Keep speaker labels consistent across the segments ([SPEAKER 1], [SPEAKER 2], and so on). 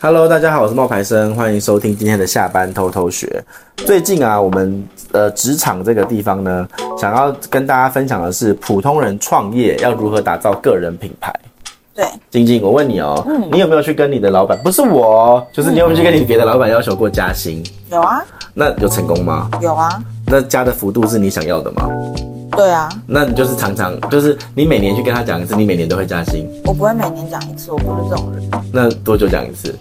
[SPEAKER 1] Hello，大家好，我是冒牌生，欢迎收听今天的下班偷偷学。最近啊，我们呃职场这个地方呢，想要跟大家分享的是普通人创业要如何打造个人品牌。
[SPEAKER 2] 对，
[SPEAKER 1] 晶晶，我问你哦，你有没有去跟你的老板？不是我哦，就是你有没有去跟你别的老板要求过加薪？
[SPEAKER 2] 有啊，
[SPEAKER 1] 那有成功吗？
[SPEAKER 2] 有啊，
[SPEAKER 1] 那加的幅度是你想要的吗？
[SPEAKER 2] 对啊，
[SPEAKER 1] 那你就是常常就是你每年去跟他讲一次，你每年都会加薪，
[SPEAKER 2] 我不会每年讲一次，我不是这种人，
[SPEAKER 1] 那多久讲一次？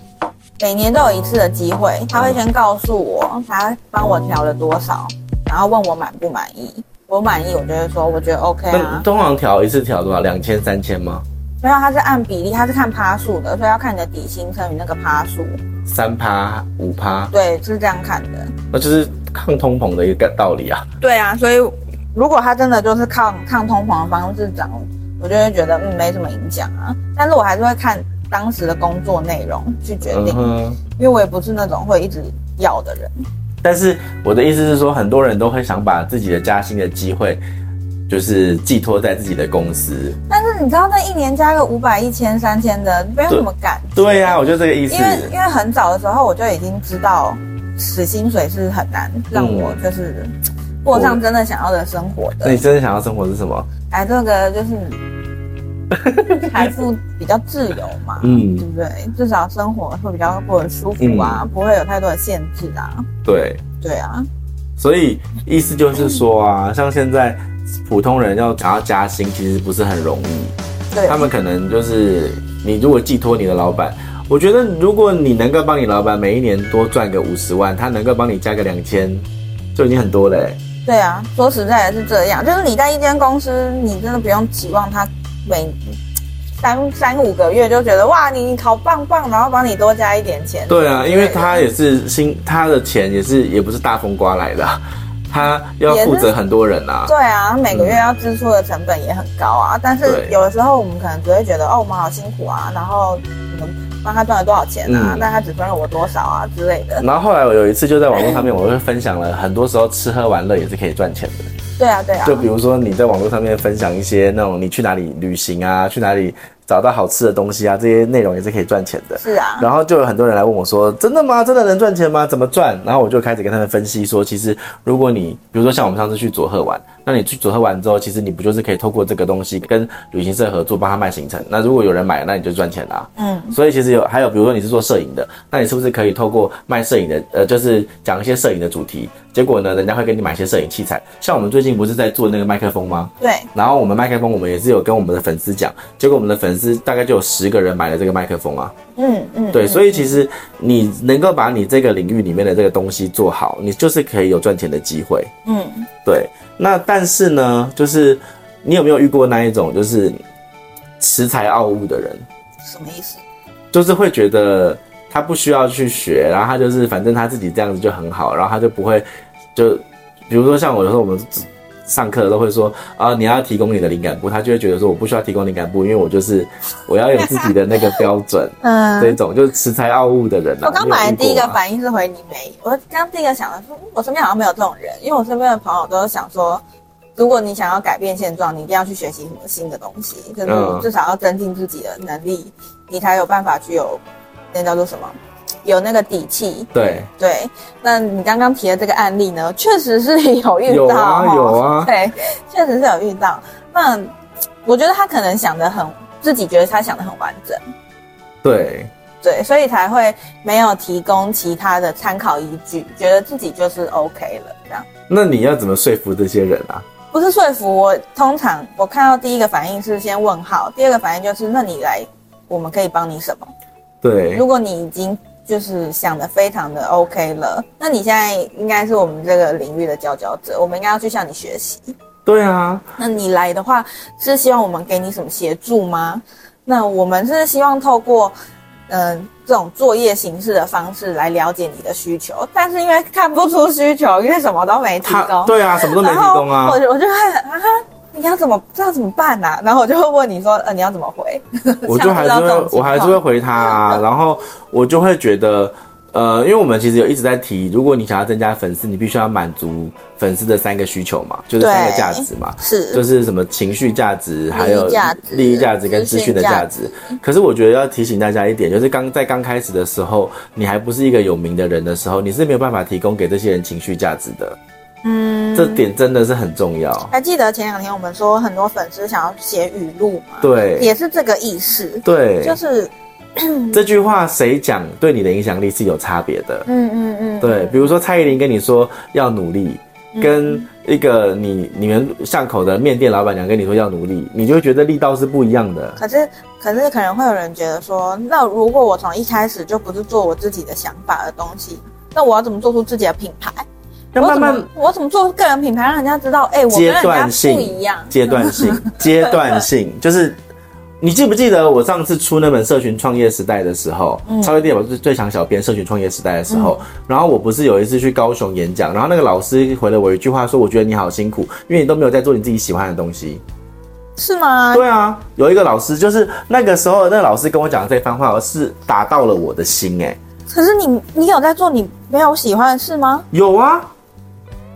[SPEAKER 2] 每年都有一次的机会，他会先告诉我他帮我调了多少，然后问我满不满意，我满意，我就会说我觉得 OK
[SPEAKER 1] 那
[SPEAKER 2] 啊，
[SPEAKER 1] 通常调一次调多少？两千、三千吗？
[SPEAKER 2] 没有，他是按比例，他是看趴数的，所以要看你的底薪乘以那个趴数，
[SPEAKER 1] 三趴、五趴，
[SPEAKER 2] 对，是这样看的，
[SPEAKER 1] 那就是抗通膨的一个道理啊。
[SPEAKER 2] 对啊，所以如果他真的就是抗抗通膨的方式涨，我就会觉得嗯没什么影响啊，但是我还是会看当时的工作内容去决
[SPEAKER 1] 嗯
[SPEAKER 2] 定，
[SPEAKER 1] 哼。
[SPEAKER 2] 因为我也不是那种会一直要的人。
[SPEAKER 1] 但是我的意思是说，很多人都会想把自己的加薪的机会，就是寄托在自己的公司。
[SPEAKER 2] 但是你知道，那一年加个五百、一千、三千的，没有什么感觉。
[SPEAKER 1] 对呀、我就这个意思
[SPEAKER 2] 因。为因为很早的时候我就已经知道，死薪水是很难让我
[SPEAKER 1] 嗯
[SPEAKER 2] 就是过上真的想要的生活
[SPEAKER 1] 那
[SPEAKER 2] 的
[SPEAKER 1] 你。真正想要生活是什么？
[SPEAKER 2] 哎，这个就是 财富比较自由嘛，
[SPEAKER 1] 嗯
[SPEAKER 2] 对不对？至少生活会比较过得舒服啊，
[SPEAKER 1] 嗯
[SPEAKER 2] 不会有太多的限制啊。
[SPEAKER 1] 对，
[SPEAKER 2] 对啊，
[SPEAKER 1] 所以意思就是说啊，像现在普通人要想要加薪，其实不是很容易。
[SPEAKER 2] 对啊
[SPEAKER 1] 他们可能就是你如果寄托你的老板，我觉得如果你能够帮你老板每一年多赚个五十万，他能够帮你加个两千，就已经很多了欸、
[SPEAKER 2] 对啊，说实在的是这样，就是你在一间公司，你真的不用指望他每三三五个月就觉得哇，你好棒棒，然后帮你多加一点钱。
[SPEAKER 1] 对啊，因为他
[SPEAKER 2] 他
[SPEAKER 1] 也是新，他的钱也是也不是大风刮来的啊、 他要负责很多人啊。
[SPEAKER 2] 对啊，每个月要支出的成本也很高啊。但是
[SPEAKER 1] 对
[SPEAKER 2] 有的时候我们可能只会觉得哦，我们好辛苦啊，然后我们帮他赚了多少钱啊，
[SPEAKER 1] 嗯
[SPEAKER 2] 但他只分了我多少啊之类的。
[SPEAKER 1] 然后后来我有一次就在网络上面，我会分享了很多时候吃喝玩乐也是可以赚钱的。
[SPEAKER 2] 对啊，对啊，
[SPEAKER 1] 就比如说你在网络上面分享一些那种你去哪里旅行啊，去哪里找到好吃的东西啊，这些内容也是可以赚钱的。
[SPEAKER 2] 是啊，
[SPEAKER 1] 然后就有很多人来问我说：“真的吗？真的能赚钱吗？怎么赚？”然后我就开始跟他们分析说，其实如果你比如说像我们上次去佐贺玩，那你去佐贺玩之后，其实你不就是可以透过这个东西跟旅行社合作，帮他卖行程？那如果有人买，那你就赚钱啦、
[SPEAKER 2] 嗯。
[SPEAKER 1] 所以其实有还有，比如说你是做摄影的，那你是不是可以透过卖摄影的，呃，就是讲一些摄影的主题，结果呢，人家会给你买一些摄影器材。像我们最近不是在做那个麦克风吗？
[SPEAKER 2] 对，
[SPEAKER 1] 然后我们麦克风，我们也是有跟我们的粉丝讲，结果我们的粉丝大概就有十个人买了这个麦克风啊。
[SPEAKER 2] 嗯嗯，
[SPEAKER 1] 对，所以其实你能够把你这个领域里面的这个东西做好，你就是可以有赚钱的机会。
[SPEAKER 2] 嗯，
[SPEAKER 1] 对，那但是呢，就是你有没有遇过那一种就是恃才傲物的人，
[SPEAKER 2] 什么意思？
[SPEAKER 1] 就是会觉得他不需要去学，然后他就是反正他自己这样子就很好，然后他就不会就比如说像我有时候我们上课都会说啊，你要提供你的灵感部，他就会觉得说我不需要提供灵感部，因为我就是我要有自己的那个标准。
[SPEAKER 2] 嗯
[SPEAKER 1] 这种就是恃才傲物的人、啊。
[SPEAKER 2] 我刚
[SPEAKER 1] 你有遇
[SPEAKER 2] 买的第一
[SPEAKER 1] 过
[SPEAKER 2] 个
[SPEAKER 1] 吗
[SPEAKER 2] 反应是回你没有，我刚第一个想的是，嗯我身边好像没有这种人，因为我身边的朋友都想说，如果你想要改变现状，你一定要去学习什么新的东西，就是
[SPEAKER 1] 嗯
[SPEAKER 2] 至少要增进自己的能力，你才有办法去有那叫做什么，有那个底气。
[SPEAKER 1] 对，
[SPEAKER 2] 对，那你刚刚提的这个案例呢，确实是 有遇到，
[SPEAKER 1] 有啊
[SPEAKER 2] 哦
[SPEAKER 1] 有啊
[SPEAKER 2] 对，确实是有遇到。那我觉得他可能想的很，自己觉得他想的很完整。
[SPEAKER 1] 对，
[SPEAKER 2] 对，所以才会没有提供其他的参考依据，觉得自己就是 OK 了这样。
[SPEAKER 1] 那你要怎么说服这些人啊？
[SPEAKER 2] 不是说服我，通常我看到第一个反应是先问号，第二个反应就是那你来，我们可以帮你什么？
[SPEAKER 1] 对，
[SPEAKER 2] 如果你已经就是想的非常的 OK 了，那你现在应该是我们这个领域的佼佼者，我们应该要去向你学习。
[SPEAKER 1] 对啊，
[SPEAKER 2] 那你来的话，是希望我们给你什么协助吗？那我们是希望透过，嗯、这种作业形式的方式来了解你的需求，但是因为看不出需求，因为什么都没提
[SPEAKER 1] 他
[SPEAKER 2] 供，
[SPEAKER 1] 对啊，什么都没
[SPEAKER 2] 然
[SPEAKER 1] 提
[SPEAKER 2] 后
[SPEAKER 1] 供啊
[SPEAKER 2] 我。就我就会啊，你要怎么这样怎么办啊？然后我就会问你说，呃，你要怎么回？
[SPEAKER 1] 我就还是
[SPEAKER 2] 像遇到这种
[SPEAKER 1] 会，
[SPEAKER 2] 情
[SPEAKER 1] 我还是
[SPEAKER 2] 况
[SPEAKER 1] 会回他啊，然后我就会觉得，呃，因为我们其实有一直在提，如果你想要增加粉丝，你必须要满足粉丝的三个需求嘛，就是三个
[SPEAKER 2] 对
[SPEAKER 1] 价值嘛，就是是什么情绪价值，还有
[SPEAKER 2] 价值
[SPEAKER 1] 利益价值跟资讯的价
[SPEAKER 2] 资
[SPEAKER 1] 值。可是我觉得要提醒大家一点，就是刚在刚开始的时候，你还不是一个有名的人的时候，你是没有办法提供给这些人情绪价值的。
[SPEAKER 2] 嗯，
[SPEAKER 1] 这点真的是很重要。
[SPEAKER 2] 还记得前两天我们说很多粉丝想要写语录嘛，
[SPEAKER 1] 对
[SPEAKER 2] 也是这个意思，
[SPEAKER 1] 对，
[SPEAKER 2] 就是
[SPEAKER 1] 这句话谁讲对你的影响力是有差别的。
[SPEAKER 2] 嗯嗯嗯，
[SPEAKER 1] 对，比如说蔡依林跟你说要努力，跟一个你你们巷口的面店老板娘跟你说要努力，你就会觉得力道是不一样的。
[SPEAKER 2] 可是，可是可能会有人觉得说，那如果我从一开始就不是做我自己的想法的东西，那我要怎么做出自己的品牌？
[SPEAKER 1] 要慢慢
[SPEAKER 2] 我怎么我怎么做个人品牌，让人家知道，哎、我跟
[SPEAKER 1] 阶
[SPEAKER 2] 人家
[SPEAKER 1] 段性
[SPEAKER 2] 不一样。
[SPEAKER 1] 阶段性，阶段性，就是你记不记得我上次出那本《社群创业时代》的时候，超越电脑最最强小编《社群创业时代》的时候，然后我不是有一次去高雄演讲，然后那个老师回了我一句话说：“我觉得你好辛苦，因为你都没有在做你自己喜欢的东西。”
[SPEAKER 2] 是吗？
[SPEAKER 1] 对啊，有一个老师就是那个时候，那个老师跟我讲的这番话是打到了我的心、欸，哎，
[SPEAKER 2] 可是你，你有在做你没有喜欢的事吗？
[SPEAKER 1] 有啊。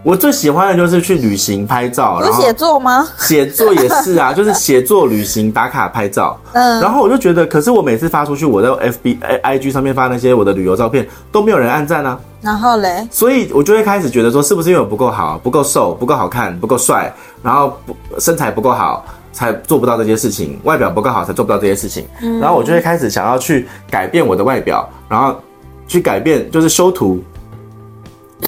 [SPEAKER 1] 我最喜欢的就是去旅行拍照，
[SPEAKER 2] 不
[SPEAKER 1] 然
[SPEAKER 2] 是
[SPEAKER 1] 后
[SPEAKER 2] 写作吗？
[SPEAKER 1] 写作也是啊，就是写作、旅行、打卡、拍照。
[SPEAKER 2] 嗯，
[SPEAKER 1] 然后我就觉得，可是我每次发出去，我在 FB、I G 上面发那些我的旅游照片，都没有人按赞啊，
[SPEAKER 2] 然后嘞，
[SPEAKER 1] 所以我就会开始觉得说，是不是因为我不够好、不够瘦、不够好看、不够帅，然后不身材不够好，才做不到这些事情，外表不够好才做不到这些事情，然后我就会开始想要去改变我的外表，然后去改变就是修图。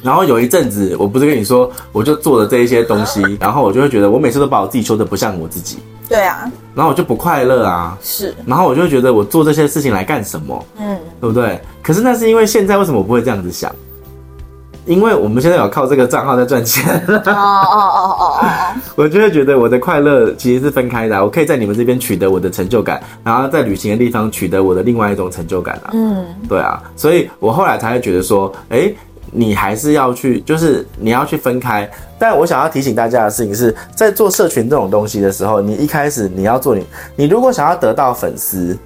[SPEAKER 1] 然后有一阵子，我不是跟你说，我就做了这一些东西，然后我就会觉得，我每次都把我自己修的不像我自己，
[SPEAKER 2] 对啊，
[SPEAKER 1] 然后我就不快乐啊。
[SPEAKER 2] 是，
[SPEAKER 1] 然后我就会觉得我做这些事情来干什么，
[SPEAKER 2] 嗯，
[SPEAKER 1] 对不对？可是那是因为现在为什么我不会这样子想？因为我们现在有靠这个账号在赚钱，
[SPEAKER 2] 哦哦哦哦哦哦，
[SPEAKER 1] 我就会觉得我的快乐其实是分开的啊、我可以在你们这边取得我的成就感，然后在旅行的地方取得我的另外一种成就感啊。
[SPEAKER 2] 嗯，
[SPEAKER 1] 对啊，所以我后来才会觉得说，诶，你还是要去，就是你要去分开。但我想要提醒大家的事情是，在做社群这种东西的时候，你一开始你要做你，你如果想要得到粉丝，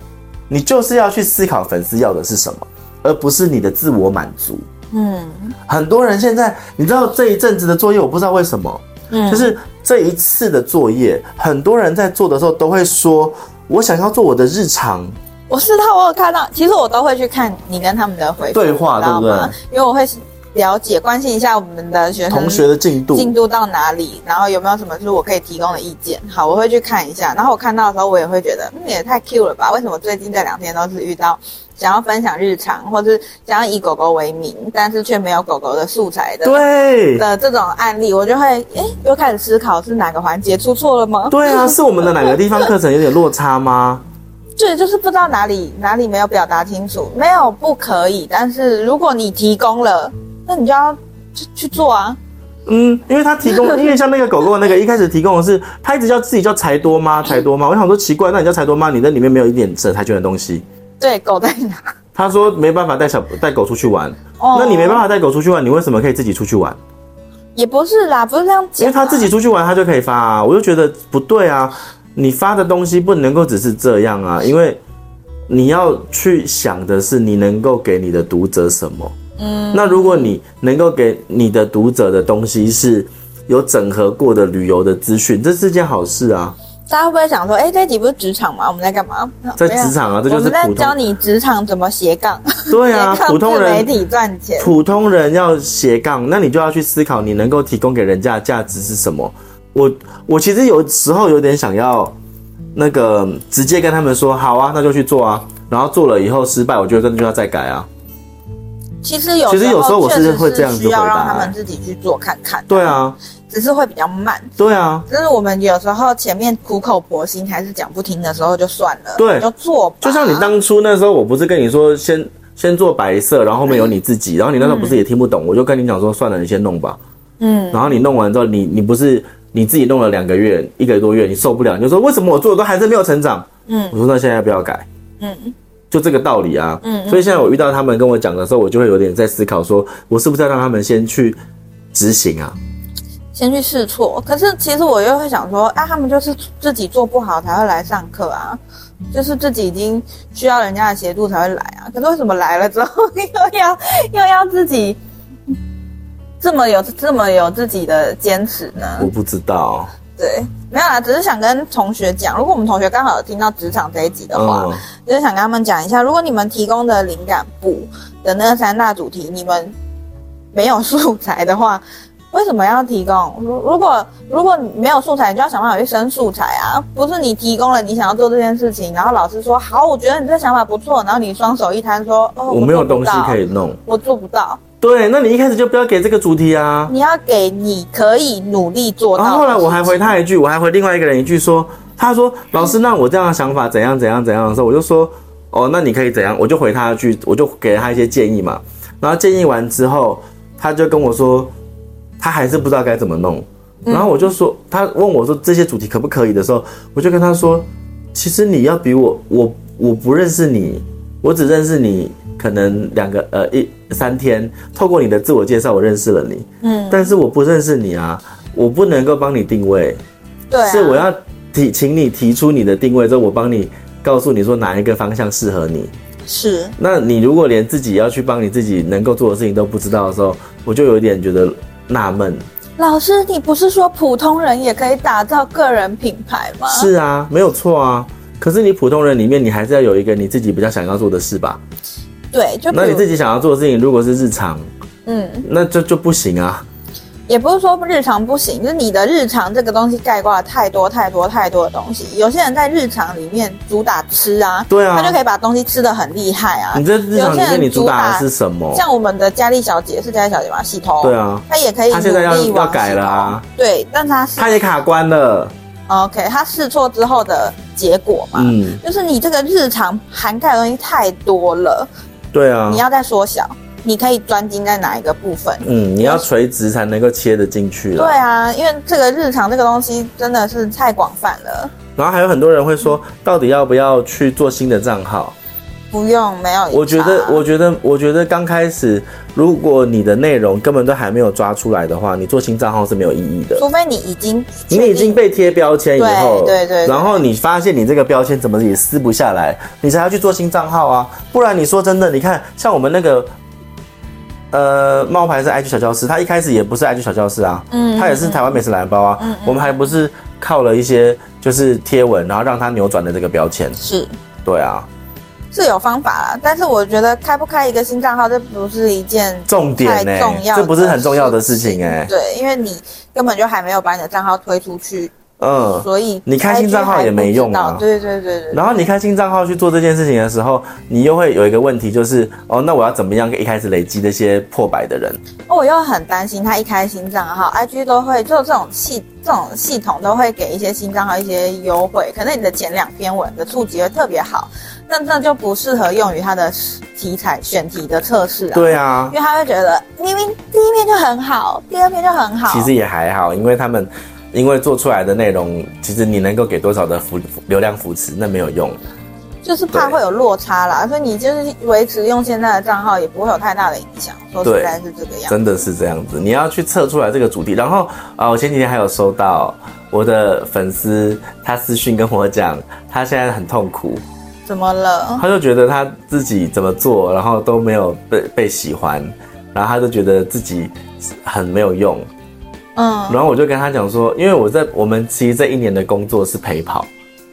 [SPEAKER 1] 你就是要去思考粉丝要的是什么，而不是你的自我满足。
[SPEAKER 2] 嗯，
[SPEAKER 1] 很多人现在，你知道这一阵子的作业，我不知道为什么，
[SPEAKER 2] 嗯
[SPEAKER 1] 就是这一次的作业，很多人在做的时候都会说，我想要做我的日常，
[SPEAKER 2] 我是他，我有看到，其实我都会去看你跟他们的回复
[SPEAKER 1] 对话
[SPEAKER 2] 你知道
[SPEAKER 1] 对不对
[SPEAKER 2] 吗？因为我会了解、关心一下我们的学生
[SPEAKER 1] 同学的进度，
[SPEAKER 2] 嗯进度到哪里，然后有没有什么就是我可以提供的意见。好，我会去看一下。然后我看到的时候，我也会觉得，嗯，也太 Q 了吧？为什么最近这两天都是遇到想要分享日常，或是想要以狗狗为名，但是却没有狗狗的素材的
[SPEAKER 1] 对，
[SPEAKER 2] 的这种案例，我就会诶又开始思考是哪个环节出错了吗？
[SPEAKER 1] 对啊，是我们的哪个地方课程有点落差吗？
[SPEAKER 2] 对，就是不知道哪里哪里没有表达清楚，没有不可以，但是如果你提供了，那你就要去去做啊。
[SPEAKER 1] 嗯，因为他提供，因为像那个狗狗的那个一开始提供的是，他一直叫自己叫柴多妈，柴多妈。我想说奇怪，那你叫柴多妈，你那里面没有一点生态圈的东西。
[SPEAKER 2] 对，狗在哪？
[SPEAKER 1] 他说没办法带小带狗出去玩，
[SPEAKER 2] 哦
[SPEAKER 1] 那你没办法带狗出去玩，你为什么可以自己出去玩？
[SPEAKER 2] 也不是啦，不是这样讲
[SPEAKER 1] 因
[SPEAKER 2] 啊。
[SPEAKER 1] 为他自己出去玩，他就可以发啊。我就觉得不对啊，你发的东西不能够只是这样啊，因为你要去想的是你能够给你的读者什么。嗯，那如果你能够给你的读者的东西是有整合过的旅游的资讯，这是件好事啊。
[SPEAKER 2] 大家会不会想说，哎、这一集不是职场吗？我们在干嘛？
[SPEAKER 1] 在职场啊这
[SPEAKER 2] 没有
[SPEAKER 1] 就是
[SPEAKER 2] 我们在
[SPEAKER 1] 普通
[SPEAKER 2] 教你职场怎么斜杠，
[SPEAKER 1] 对啊
[SPEAKER 2] 斜，杠
[SPEAKER 1] 普通
[SPEAKER 2] 自媒
[SPEAKER 1] 人
[SPEAKER 2] 体赚钱。
[SPEAKER 1] 普通人要斜杠，那你就要去思考你能够提供给人家的价值是什么。我我其实有时候有点想要那个直接跟他们说，好啊，那就去做啊。然后做了以后失败，我觉得真的就要再改啊。
[SPEAKER 2] 其实有
[SPEAKER 1] 其实有时候我
[SPEAKER 2] 确
[SPEAKER 1] 是
[SPEAKER 2] 实
[SPEAKER 1] 会这样子
[SPEAKER 2] 需要
[SPEAKER 1] 回答
[SPEAKER 2] 让他们自己去做看看，
[SPEAKER 1] 对啊，
[SPEAKER 2] 只是会比较慢。
[SPEAKER 1] 对啊，
[SPEAKER 2] 就是我们有时候前面苦口婆心还是讲不听的时候就算了，
[SPEAKER 1] 对
[SPEAKER 2] 你就做吧。
[SPEAKER 1] 就像你当初那时候，我不是跟你说先先做白色，然后后面有你自己，然后你那时候不是也听不懂，我就跟你讲说算了，你先弄吧。
[SPEAKER 2] 嗯，
[SPEAKER 1] 然后你弄完之后，你你不是你自己弄了两个月，一个多月，你受不了，你就说为什么我做的都还是没有成长？
[SPEAKER 2] 嗯
[SPEAKER 1] 我说那现在要不要改？
[SPEAKER 2] 嗯，
[SPEAKER 1] 就这个道理啊。
[SPEAKER 2] 嗯嗯
[SPEAKER 1] 所以现在我遇到他们跟我讲的时候，我就会有点在思考说，我是不是要让他们先去执行啊？
[SPEAKER 2] 先去试错。可是其实我又会想说，啊，他们就是自己做不好才会来上课啊，就是自己已经需要人家的协助才会来啊。可是为什么来了之后又要 又要自己这么有这么有自己的坚持呢？
[SPEAKER 1] 我不知道，
[SPEAKER 2] 对，没有啦，只是想跟同学讲，如果我们同学刚好有听到职场这一集的话，
[SPEAKER 1] 嗯，
[SPEAKER 2] 就是想跟他们讲一下，如果你们提供的灵感部的那三大主题，你们没有素材的话，为什么要提供？如如果如果你没有素材，你就要想办法去生素材啊！不是你提供了你想要做这件事情，然后老师说好，我觉得你这想法不错，然后你双手一摊说哦，
[SPEAKER 1] 我没有东西可
[SPEAKER 2] 以，
[SPEAKER 1] 以弄。
[SPEAKER 2] 我做不到。
[SPEAKER 1] 对，那你一开始就不要给这个主题啊。
[SPEAKER 2] 你要给你可以努力做到
[SPEAKER 1] 然
[SPEAKER 2] 的
[SPEAKER 1] 啊
[SPEAKER 2] 事
[SPEAKER 1] 后
[SPEAKER 2] 情。嗯
[SPEAKER 1] 后来我还回他一句，我还回另外一个人一句说，他说老师，那我这样的想法怎样怎样怎样的时候，我就说哦，那你可以怎样？我就回他一句，我就给了他一些建议嘛。然后建议完之后，他就跟我说，他还是不知道该怎么弄。
[SPEAKER 2] 嗯
[SPEAKER 1] 然后我就说，他问我说这些主题可不可以的时候，我就跟他说，其实你要比我，我我不认识你，我只认识你可能两个呃一三天，透过你的自我介绍，我认识了你。
[SPEAKER 2] 嗯，
[SPEAKER 1] 但是我不认识你啊，我不能够帮你定位，
[SPEAKER 2] 对、啊，
[SPEAKER 1] 是我要提，请你提出你的定位之后，我帮你告诉你说哪一个方向适合你。
[SPEAKER 2] 是
[SPEAKER 1] 那你如果连自己要去帮你自己能够做的事情都不知道的时候，我就有点觉得纳闷。
[SPEAKER 2] 老师，你不是说普通人也可以打造个人品牌吗？
[SPEAKER 1] 是啊，没有错啊。可是你普通人里面，你还是要有一个你自己比较想要做的事吧？
[SPEAKER 2] 对，就比
[SPEAKER 1] 那你
[SPEAKER 2] 如
[SPEAKER 1] 自己想要做的事情，如果是日常，
[SPEAKER 2] 嗯，
[SPEAKER 1] 那就就不行啊。
[SPEAKER 2] 也不是说日常不行，就是你的日常这个东西概括了太多太多太多的东西。有些人在日常里面主打吃啊，
[SPEAKER 1] 对啊
[SPEAKER 2] 他就可以把东西吃的很厉害啊
[SPEAKER 1] 你。在日常里
[SPEAKER 2] 有些
[SPEAKER 1] 面，
[SPEAKER 2] 人
[SPEAKER 1] 你主打的
[SPEAKER 2] 主打
[SPEAKER 1] 是什么？
[SPEAKER 2] 像我们的佳丽小姐是佳丽小姐吗？洗头，
[SPEAKER 1] 对，啊，
[SPEAKER 2] 她也可以
[SPEAKER 1] 她现在要
[SPEAKER 2] 努力往
[SPEAKER 1] 要改了啊
[SPEAKER 2] 洗头。对，但她是哦
[SPEAKER 1] 他也卡关了。
[SPEAKER 2] OK，她试错之后的结果嘛，
[SPEAKER 1] 嗯，
[SPEAKER 2] 就是你这个日常涵盖的东西太多了，
[SPEAKER 1] 对啊。
[SPEAKER 2] 你要再缩小，你可以专精在哪一个部分？
[SPEAKER 1] 嗯，你要垂直才能够切得进去
[SPEAKER 2] 对
[SPEAKER 1] 了。
[SPEAKER 2] 啊，因为这个日常这个东西真的是太广泛了。
[SPEAKER 1] 然后还有很多人会说，到底要不要去做新的账号？
[SPEAKER 2] 不用，没有。
[SPEAKER 1] 我觉得，我觉得，我觉得刚开始，如果你的内容根本都还没有抓出来的话，你做新账号是没有意义的。
[SPEAKER 2] 除非你已经确定，
[SPEAKER 1] 你已经被贴标签以后，
[SPEAKER 2] 对对对对
[SPEAKER 1] 然后你发现你这个标签怎么也撕不下来，你才要去做新账号啊。不然你说真的，你看像我们那个，呃，冒牌是 IG 小教室，他一开始也不是 IG 小教室啊，
[SPEAKER 2] 嗯
[SPEAKER 1] 他也是台湾美食懒包啊，我们还不是靠了一些就是贴文，然后让他扭转的这个标签，
[SPEAKER 2] 是
[SPEAKER 1] 对啊，
[SPEAKER 2] 是有方法啦，但是我觉得开不开一个新账号，这不是一件
[SPEAKER 1] 重点呢、
[SPEAKER 2] 太重要的
[SPEAKER 1] 这不是很重要的事情哎、
[SPEAKER 2] 对，因为你根本就还没有把你的账号推出去，
[SPEAKER 1] 嗯。
[SPEAKER 2] 所以
[SPEAKER 1] 你开新账号也没用啊
[SPEAKER 2] IG 还不知道对对对对，
[SPEAKER 1] 然后你开新账号去做这件事情的时候，你又会有一个问题，就是哦，那我要怎么样一开始累积那些破百的人？
[SPEAKER 2] 哦我又很担心他一开新账号，IG 都会就这种系这种系统都会给一些新账号一些优惠，可能你的前两篇文的触及会特别好，那那就不适合用于它的题材选题的测试啊。
[SPEAKER 1] 对啊
[SPEAKER 2] 因，为他会觉得明明第一篇就很好，第二篇就很好，
[SPEAKER 1] 其实也还好，因为他们因为做出来的内容，其实你能够给多少的扶流量扶持，那没有用。
[SPEAKER 2] 就是怕
[SPEAKER 1] 对
[SPEAKER 2] 会有落差啦，所以你就是维持用现在的账号也不会有太大的影响。说实在是这个样子，
[SPEAKER 1] 真的是这样子，你要去测出来这个主题。然后啊、我前几天还有收到我的粉丝，他私讯跟我讲，他现在很痛苦，
[SPEAKER 2] 怎么了？
[SPEAKER 1] 他就觉得他自己怎么做，然后都没有被被喜欢，然后他就觉得自己很没有用。
[SPEAKER 2] 嗯
[SPEAKER 1] 然后我就跟他讲说，因为我在我们其实这一年的工作是陪跑，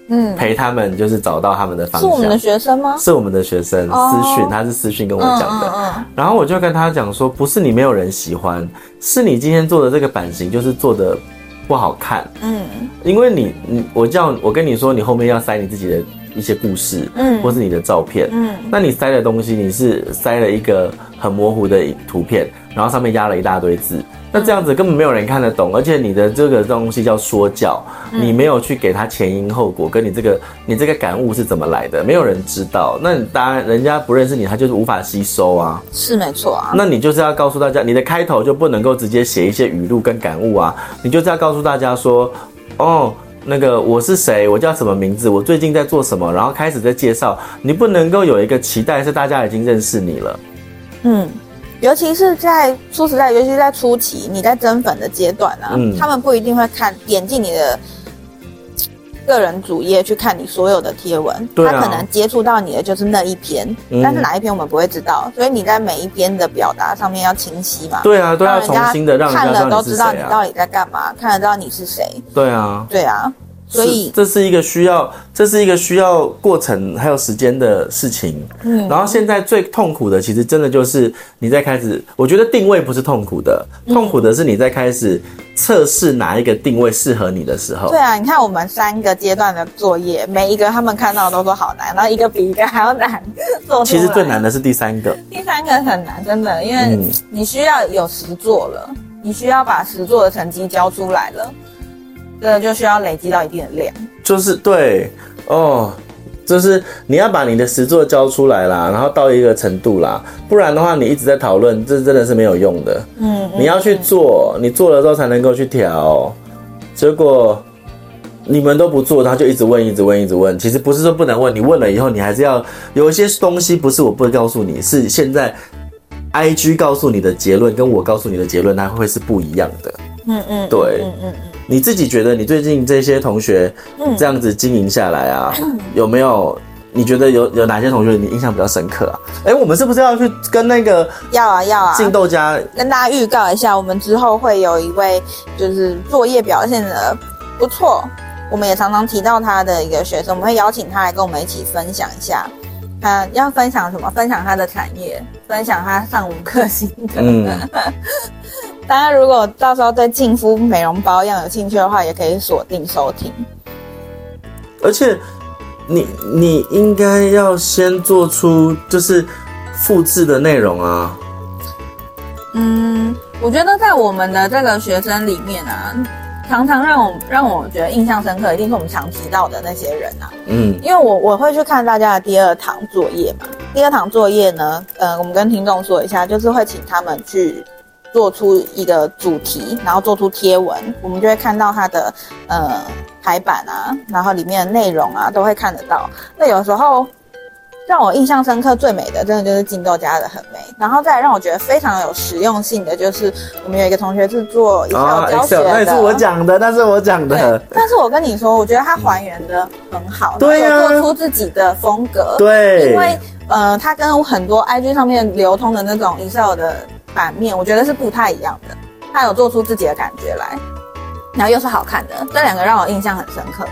[SPEAKER 2] 嗯，
[SPEAKER 1] 陪他们就是找到他们的方
[SPEAKER 2] 是
[SPEAKER 1] 向。
[SPEAKER 2] 我们的学生吗？
[SPEAKER 1] 是我们的学生
[SPEAKER 2] 哦
[SPEAKER 1] 私讯，他是私讯跟我讲的。
[SPEAKER 2] 嗯嗯
[SPEAKER 1] 然后我就跟他讲说，不是你没有人喜欢，是你今天做的这个版型就是做的不好看，
[SPEAKER 2] 嗯
[SPEAKER 1] 因为你你我叫我跟你说，你后面要塞你自己的一些故事，
[SPEAKER 2] 嗯
[SPEAKER 1] 或是你的照片，
[SPEAKER 2] 嗯
[SPEAKER 1] 那你塞的东西，你是塞了一个很模糊的图片，然后上面压了一大堆字，那这样子根本没有人看得懂，而且你的这个东西叫说教，你没有去给他前因后果，跟你这个你这个感悟是怎么来的，没有人知道，那你当然人家不认识你，他就是无法吸收啊。
[SPEAKER 2] 是没错啊。
[SPEAKER 1] 那你就是要告诉大家，你的开头就不能够直接写一些语录跟感悟啊，你就是要告诉大家说，哦。那个我是谁，我叫什么名字，我最近在做什么，然后开始在介绍。你不能够有一个期待是大家已经认识你了，
[SPEAKER 2] 嗯，尤其是在说实在，尤其是在初期你在增粉的阶段啊，
[SPEAKER 1] 嗯
[SPEAKER 2] 他们不一定会看点进你的个人主页去看你所有的贴文，
[SPEAKER 1] 对啊
[SPEAKER 2] 他可能接触到你的就是那一篇，
[SPEAKER 1] 嗯
[SPEAKER 2] 但是哪一篇我们不会知道，所以你在每一篇的表达上面要清晰嘛，
[SPEAKER 1] 对啊，都要
[SPEAKER 2] 让人
[SPEAKER 1] 重
[SPEAKER 2] 家
[SPEAKER 1] 新的让人
[SPEAKER 2] 看
[SPEAKER 1] 家
[SPEAKER 2] 了都
[SPEAKER 1] 你是
[SPEAKER 2] 知道
[SPEAKER 1] 谁
[SPEAKER 2] 你
[SPEAKER 1] 啊，
[SPEAKER 2] 到底在干嘛，看得到你是谁，
[SPEAKER 1] 对啊，
[SPEAKER 2] 对啊，所以
[SPEAKER 1] 是这是一个需要，这是一个需要过程还有时间的事情。嗯，然后现在最痛苦的，其实真的就是你在开始，我觉得定位不是痛苦的，
[SPEAKER 2] 嗯
[SPEAKER 1] 痛苦的是你在开始测试哪一个定位适合你的时候
[SPEAKER 2] 对。啊，你看我们三个阶段的作业，每一个他们看到的都说好难，然后一个比一个还要难做出
[SPEAKER 1] 其
[SPEAKER 2] 来。
[SPEAKER 1] 实最难的是第三个，
[SPEAKER 2] 第三个很难，真的，因为
[SPEAKER 1] 嗯
[SPEAKER 2] 你需要有实作了，你需要把实作的成绩交出来了，这个就需要累积到一定的量。
[SPEAKER 1] 就是对哦，就是你要把你的实作交出来啦，然后到一个程度啦，不然的话你一直在讨论，这真的是没有用的。
[SPEAKER 2] 嗯，嗯
[SPEAKER 1] 你要去做，你做了之后才能够去调。结果你们都不做，他就一直问，一直问，一直问。其实不是说不能问，你问了以后，你还是要有一些东西不是我不告诉你，是现在 I G 告诉你的结论跟我告诉你的结论，它会是不一样的。
[SPEAKER 2] 嗯嗯，
[SPEAKER 1] 对
[SPEAKER 2] 嗯嗯嗯，
[SPEAKER 1] 你自己觉得你最近这些同学这样子经营下来啊，
[SPEAKER 2] 嗯
[SPEAKER 1] 有没有？你觉得有有哪些同学你印象比较深刻啊？哎、我们是不是要去跟那个
[SPEAKER 2] 要啊要啊。
[SPEAKER 1] 进豆家
[SPEAKER 2] 跟大家预告一下，我们之后会有一位就是作业表现的不错，我们也常常提到他的一个学生，我们会邀请他来跟我们一起分享一下，他要分享什么？分享他的产业，分享他上五颗星的。
[SPEAKER 1] 嗯，
[SPEAKER 2] 大家如果到时候对净肤美容保养有兴趣的话，也可以锁定收听。
[SPEAKER 1] 而且你你应该要先做出就是复制的内容啊，
[SPEAKER 2] 嗯，我觉得在我们的这个学生里面啊，常常让我让我觉得印象深刻，一定是我们常提到的那些人啊。
[SPEAKER 1] 嗯
[SPEAKER 2] 因为我我会去看大家的第二堂作业嘛。第二堂作业呢，呃，我们跟听众说一下，就是会请他们去做出一个主题，然后做出贴文，我们就会看到它的呃排版啊，然后里面的内容啊都会看得到。那有时候让我印象深刻最美的，真的就是金豆家的很美。然后再来让我觉得非常有实用性的，就是我们有一个同学是做 Excel 教学
[SPEAKER 1] 啊 Excel，
[SPEAKER 2] 的，
[SPEAKER 1] 那也是我讲的，那是我讲
[SPEAKER 2] 对
[SPEAKER 1] 的，，
[SPEAKER 2] 但是我跟你说，我觉得他还原的很好，
[SPEAKER 1] 对
[SPEAKER 2] 然后
[SPEAKER 1] 啊
[SPEAKER 2] 有做出自己的风格，，
[SPEAKER 1] 对
[SPEAKER 2] 因为呃，他跟很多 IG 上面流通的那种 Excel 的版面，我觉得是不太一样的，他有做出自己的感觉来，然后又是好看的，这两个让我印象很深刻。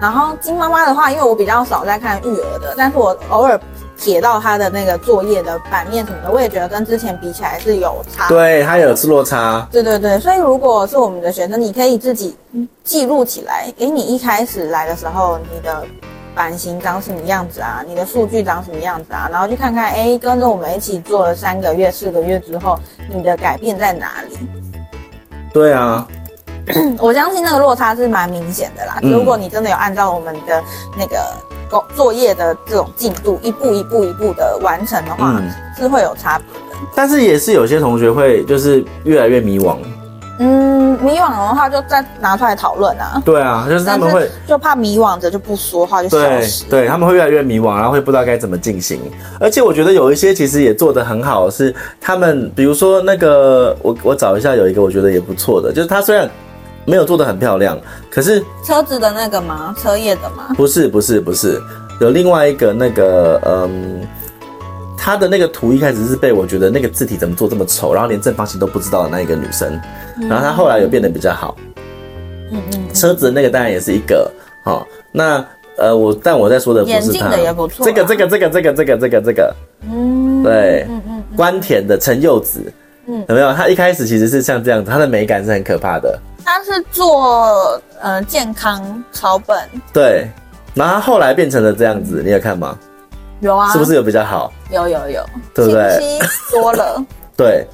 [SPEAKER 2] 然后金妈妈的话，因为我比较少在看育儿的，但是我偶尔瞥到她的那个作业的版面什么的，我也觉得跟之前比起来是有差，
[SPEAKER 1] 对，它有落差，
[SPEAKER 2] 对对对，所以如果是我们的学生，你可以自己记录起来。诶，你一开始来的时候，你的版型长什么样子啊？你的数据长什么样子啊？然后去看看，诶，跟着我们一起做了三个月、四个月之后，你的改变在哪里？
[SPEAKER 1] 对啊，
[SPEAKER 2] 嗯我相信那个落差是蛮明显的啦。
[SPEAKER 1] 嗯
[SPEAKER 2] 如果你真的有按照我们的那个工作业的这种进度，一步一步一步的完成的话，
[SPEAKER 1] 嗯
[SPEAKER 2] 是会有差别的。
[SPEAKER 1] 但是也是有些同学会就是越来越迷惘，
[SPEAKER 2] 嗯，迷惘的话就再拿出来讨论啊。
[SPEAKER 1] 对啊，就是他们会。
[SPEAKER 2] 就怕迷惘着就不说话就消
[SPEAKER 1] 对
[SPEAKER 2] 失。
[SPEAKER 1] 对，他们会越来越迷惘，然后会不知道该怎么进行。而且我觉得有一些其实也做得很好，是他们比如说那个，我我找一下有一个我觉得也不错的，就是他虽然没有做得很漂亮，可是
[SPEAKER 2] 车子的那个吗？车业的吗？
[SPEAKER 1] 不是不是不是，有另外一个那个嗯。他的那个图一开始是被我觉得那个字体怎么做这么丑，然后连正方形都不知道的那一个女生，然后她后来有变得比较好，
[SPEAKER 2] 嗯嗯，
[SPEAKER 1] 车子的那个当然也是一个，好、那呃我但我在说的不
[SPEAKER 2] 眼
[SPEAKER 1] 是
[SPEAKER 2] 镜
[SPEAKER 1] 她，
[SPEAKER 2] 的也不错啊
[SPEAKER 1] 这个这个这个这个这个这个这个，
[SPEAKER 2] 嗯，
[SPEAKER 1] 对
[SPEAKER 2] 嗯嗯嗯，
[SPEAKER 1] 关田的陈柚子，
[SPEAKER 2] 嗯
[SPEAKER 1] 有没有？他一开始其实是像这样子，他的美感是很可怕的，
[SPEAKER 2] 他是做呃健康草本，
[SPEAKER 1] 对。然后他后来变成了这样子，你有看吗？
[SPEAKER 2] 有嗯啊，
[SPEAKER 1] 是不是？有比较好？
[SPEAKER 2] 有有有，
[SPEAKER 1] 对不对
[SPEAKER 2] 信息多了，
[SPEAKER 1] 对。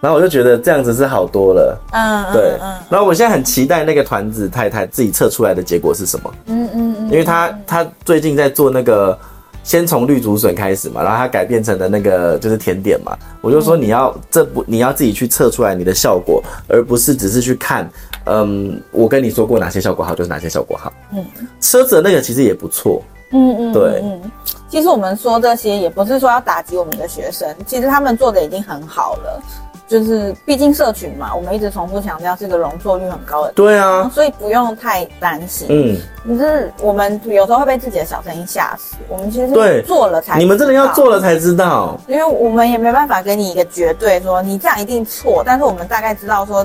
[SPEAKER 1] 然后我就觉得这样子是好多了，
[SPEAKER 2] 嗯嗯
[SPEAKER 1] 对。
[SPEAKER 2] 嗯
[SPEAKER 1] 然后我现在很期待那个团子太太自己测出来的结果是什么，
[SPEAKER 2] 嗯嗯嗯，
[SPEAKER 1] 因为她她最近在做那个。先从绿竹笋开始嘛，然后她改变成的那个就是甜点嘛，我就说你要、这不你要自己去测出来你的效果，而不是只是去看，嗯，我跟你说过哪些效果好就是哪些效果好。
[SPEAKER 2] 嗯
[SPEAKER 1] 车子的那个其实也不错，
[SPEAKER 2] 嗯嗯，
[SPEAKER 1] 对
[SPEAKER 2] 嗯。嗯其实我们说这些也不是说要打击我们的学生，其实他们做的已经很好了，就是毕竟社群嘛，我们一直重复强调是个容错率很高的地
[SPEAKER 1] 对
[SPEAKER 2] 方，
[SPEAKER 1] 啊，
[SPEAKER 2] 所以不用太担心。
[SPEAKER 1] 嗯，
[SPEAKER 2] 可是我们有时候会被自己的小声音吓死，我们其实
[SPEAKER 1] 对
[SPEAKER 2] 做了才
[SPEAKER 1] 你们真的要
[SPEAKER 2] 知道
[SPEAKER 1] 做了才知道。
[SPEAKER 2] 因为我们也没办法给你一个绝对说你这样一定错，但是我们大概知道说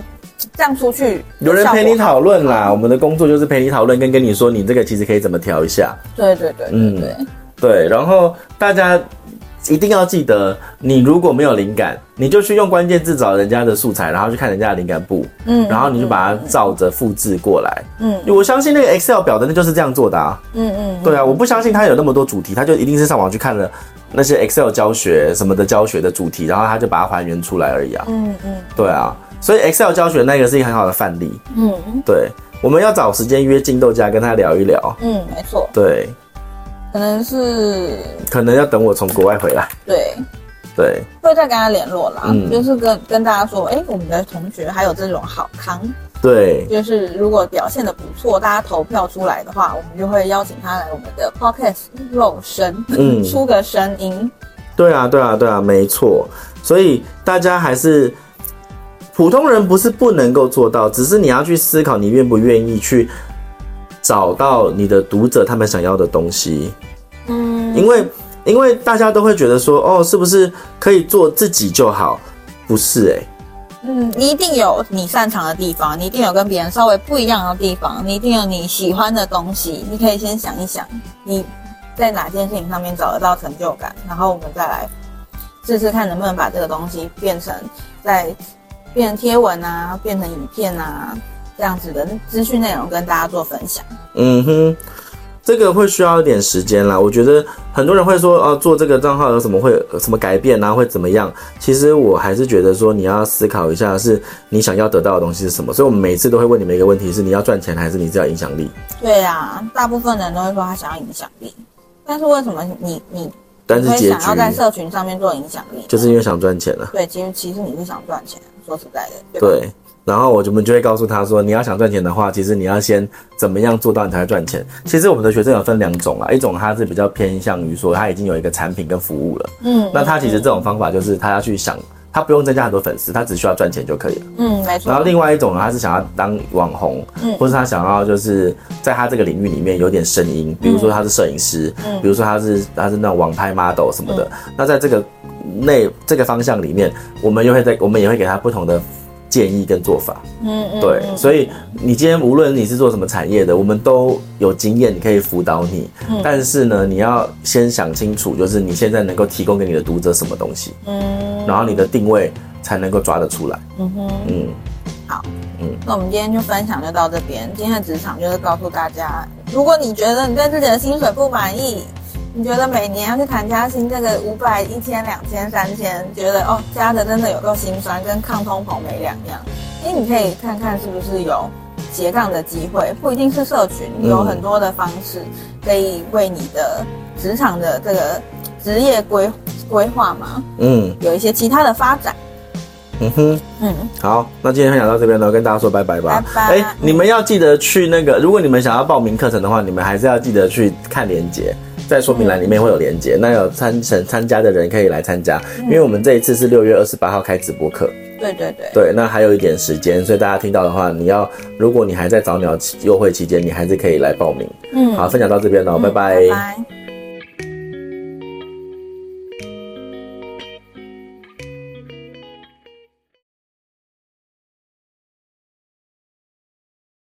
[SPEAKER 2] 这样出去
[SPEAKER 1] 有人陪你
[SPEAKER 2] 效果好
[SPEAKER 1] 讨论啦，我们的工作就是陪你讨论，跟跟你说你这个其实可以怎么调一下。
[SPEAKER 2] 对对对对对，
[SPEAKER 1] 对，然后大家一定要记得，你如果没有灵感，你就去用关键字找人家的素材，然后去看人家的灵感簿，
[SPEAKER 2] 嗯，
[SPEAKER 1] 然后你就把它照着复制过来。
[SPEAKER 2] 嗯
[SPEAKER 1] 我相信那个 Excel 表的那就是这样做的啊。
[SPEAKER 2] 嗯嗯，
[SPEAKER 1] 对啊，我不相信他有那么多主题，他就一定是上网去看了那些 Excel 教学什么的教学的主题，然后他就把它还原出来而已啊。
[SPEAKER 2] 嗯嗯
[SPEAKER 1] 对啊，所以 Excel 教学那个是一个很好的范例。
[SPEAKER 2] 嗯嗯
[SPEAKER 1] 对，我们要找时间约金豆家跟他聊一聊。
[SPEAKER 2] 嗯，没错，
[SPEAKER 1] 对，
[SPEAKER 2] 可能是
[SPEAKER 1] 可能要等我从国外回来。
[SPEAKER 2] 对。
[SPEAKER 1] 对，
[SPEAKER 2] 会再跟他联络啦，
[SPEAKER 1] 嗯
[SPEAKER 2] 就是跟跟大家说，哎、我们的同学还有这种好康，
[SPEAKER 1] 对，
[SPEAKER 2] 就是如果表现的不错，大家投票出来的话，我们就会邀请他来我们的 podcast 露声，
[SPEAKER 1] 嗯
[SPEAKER 2] 出个声音，
[SPEAKER 1] 对啊，对啊，对啊，没错。所以大家还是普通人不是不能够做到，只是你要去思考，你愿不愿意去找到你的读者他们想要的东西。
[SPEAKER 2] 嗯，
[SPEAKER 1] 因为因为大家都会觉得说，哦，是不是可以做自己就好？不是哎、
[SPEAKER 2] 嗯，你一定有你擅长的地方，你一定有跟别人稍微不一样的地方，你一定有你喜欢的东西。你可以先想一想，你在哪件事情上面找得到成就感，然后我们再来试试看能不能把这个东西变成在变成贴文啊，变成影片啊这样子的资讯内容跟大家做分享。
[SPEAKER 1] 嗯哼，这个会需要一点时间啦。我觉得很多人会说，哦，做这个账号有什么会有什么改变啊，会怎么样？其实我还是觉得说，你要思考一下，是你想要得到的东西是什么。所以我们每次都会问你们一个问题：是你要赚钱，还是你是要影响力？
[SPEAKER 2] 对啊，大部分人都会说他想要影响力，但是为什么你你
[SPEAKER 1] 但
[SPEAKER 2] 你
[SPEAKER 1] 是
[SPEAKER 2] 会
[SPEAKER 1] 结
[SPEAKER 2] 想要在
[SPEAKER 1] 局
[SPEAKER 2] 社群上面做影响力呢？
[SPEAKER 1] 就是因为想赚钱了。
[SPEAKER 2] 对，其实其实你是想赚钱，说实在的，对吧
[SPEAKER 1] 对，然后我就我们就会告诉他说，你要想赚钱的话，其实你要先怎么样做到你才会赚钱。其实我们的学生有分两种啊，一种他是比较偏向于说他已经有一个产品跟服务了，
[SPEAKER 2] 嗯，
[SPEAKER 1] 那他其实这种方法就是他要去想，他不用增加很多粉丝，他只需要赚钱就可以了。
[SPEAKER 2] 嗯，没错。
[SPEAKER 1] 然后另外一种呢，他是想要当网红，
[SPEAKER 2] 嗯
[SPEAKER 1] 或是他想要就是在他这个领域里面有点声音，比如说他是摄影师，
[SPEAKER 2] 嗯
[SPEAKER 1] 比如说他是他是那种网拍 model 什么的。那在这个内这个方向里面，我们又会在我们也会给他不同的建议跟做法。
[SPEAKER 2] 嗯嗯，
[SPEAKER 1] 对，
[SPEAKER 2] 嗯
[SPEAKER 1] 所以你今天无论你是做什么产业的，我们都有经验，你可以辅导你。
[SPEAKER 2] 嗯
[SPEAKER 1] 但是呢，你要先想清楚，就是你现在能够提供给你的读者什么东西，
[SPEAKER 2] 嗯
[SPEAKER 1] 然后你的定位才能够抓得出来。
[SPEAKER 2] 嗯哼，
[SPEAKER 1] 嗯，
[SPEAKER 2] 那我们今天就分享就到这边。今天的职场就是告诉大家，如果你觉得你对自己的薪水不满意，你觉得每年要去谈加薪，这个五百、一千、两千、三千，觉得哦加的真的有够心酸，跟抗通膨没两样。哎，你可以看看是不是有斜杠的机会，不一定是社群，
[SPEAKER 1] 嗯
[SPEAKER 2] 有很多的方式可以为你的职场的这个职业规规划嘛，
[SPEAKER 1] 嗯
[SPEAKER 2] 有一些其他的发展。
[SPEAKER 1] 嗯哼，
[SPEAKER 2] 嗯，
[SPEAKER 1] 好，那今天分享到这边呢，跟大家说拜拜吧。
[SPEAKER 2] 拜拜
[SPEAKER 1] 哎、你们要记得去那个，如果你们想要报名课程的话，你们还是要记得去看链接，在说明栏里面会有链
[SPEAKER 2] 嗯
[SPEAKER 1] 接。那有参参参加的人可以来参加，因为我们这一次是六月二十八号开直播课。
[SPEAKER 2] 对对对，
[SPEAKER 1] 对，那还有一点时间，所以大家听到的话，你要如果你还在早鸟期优惠期间，你还是可以来报名。
[SPEAKER 2] 嗯，
[SPEAKER 1] 好，分享到这边喽，
[SPEAKER 2] 嗯
[SPEAKER 1] 拜拜
[SPEAKER 2] 拜拜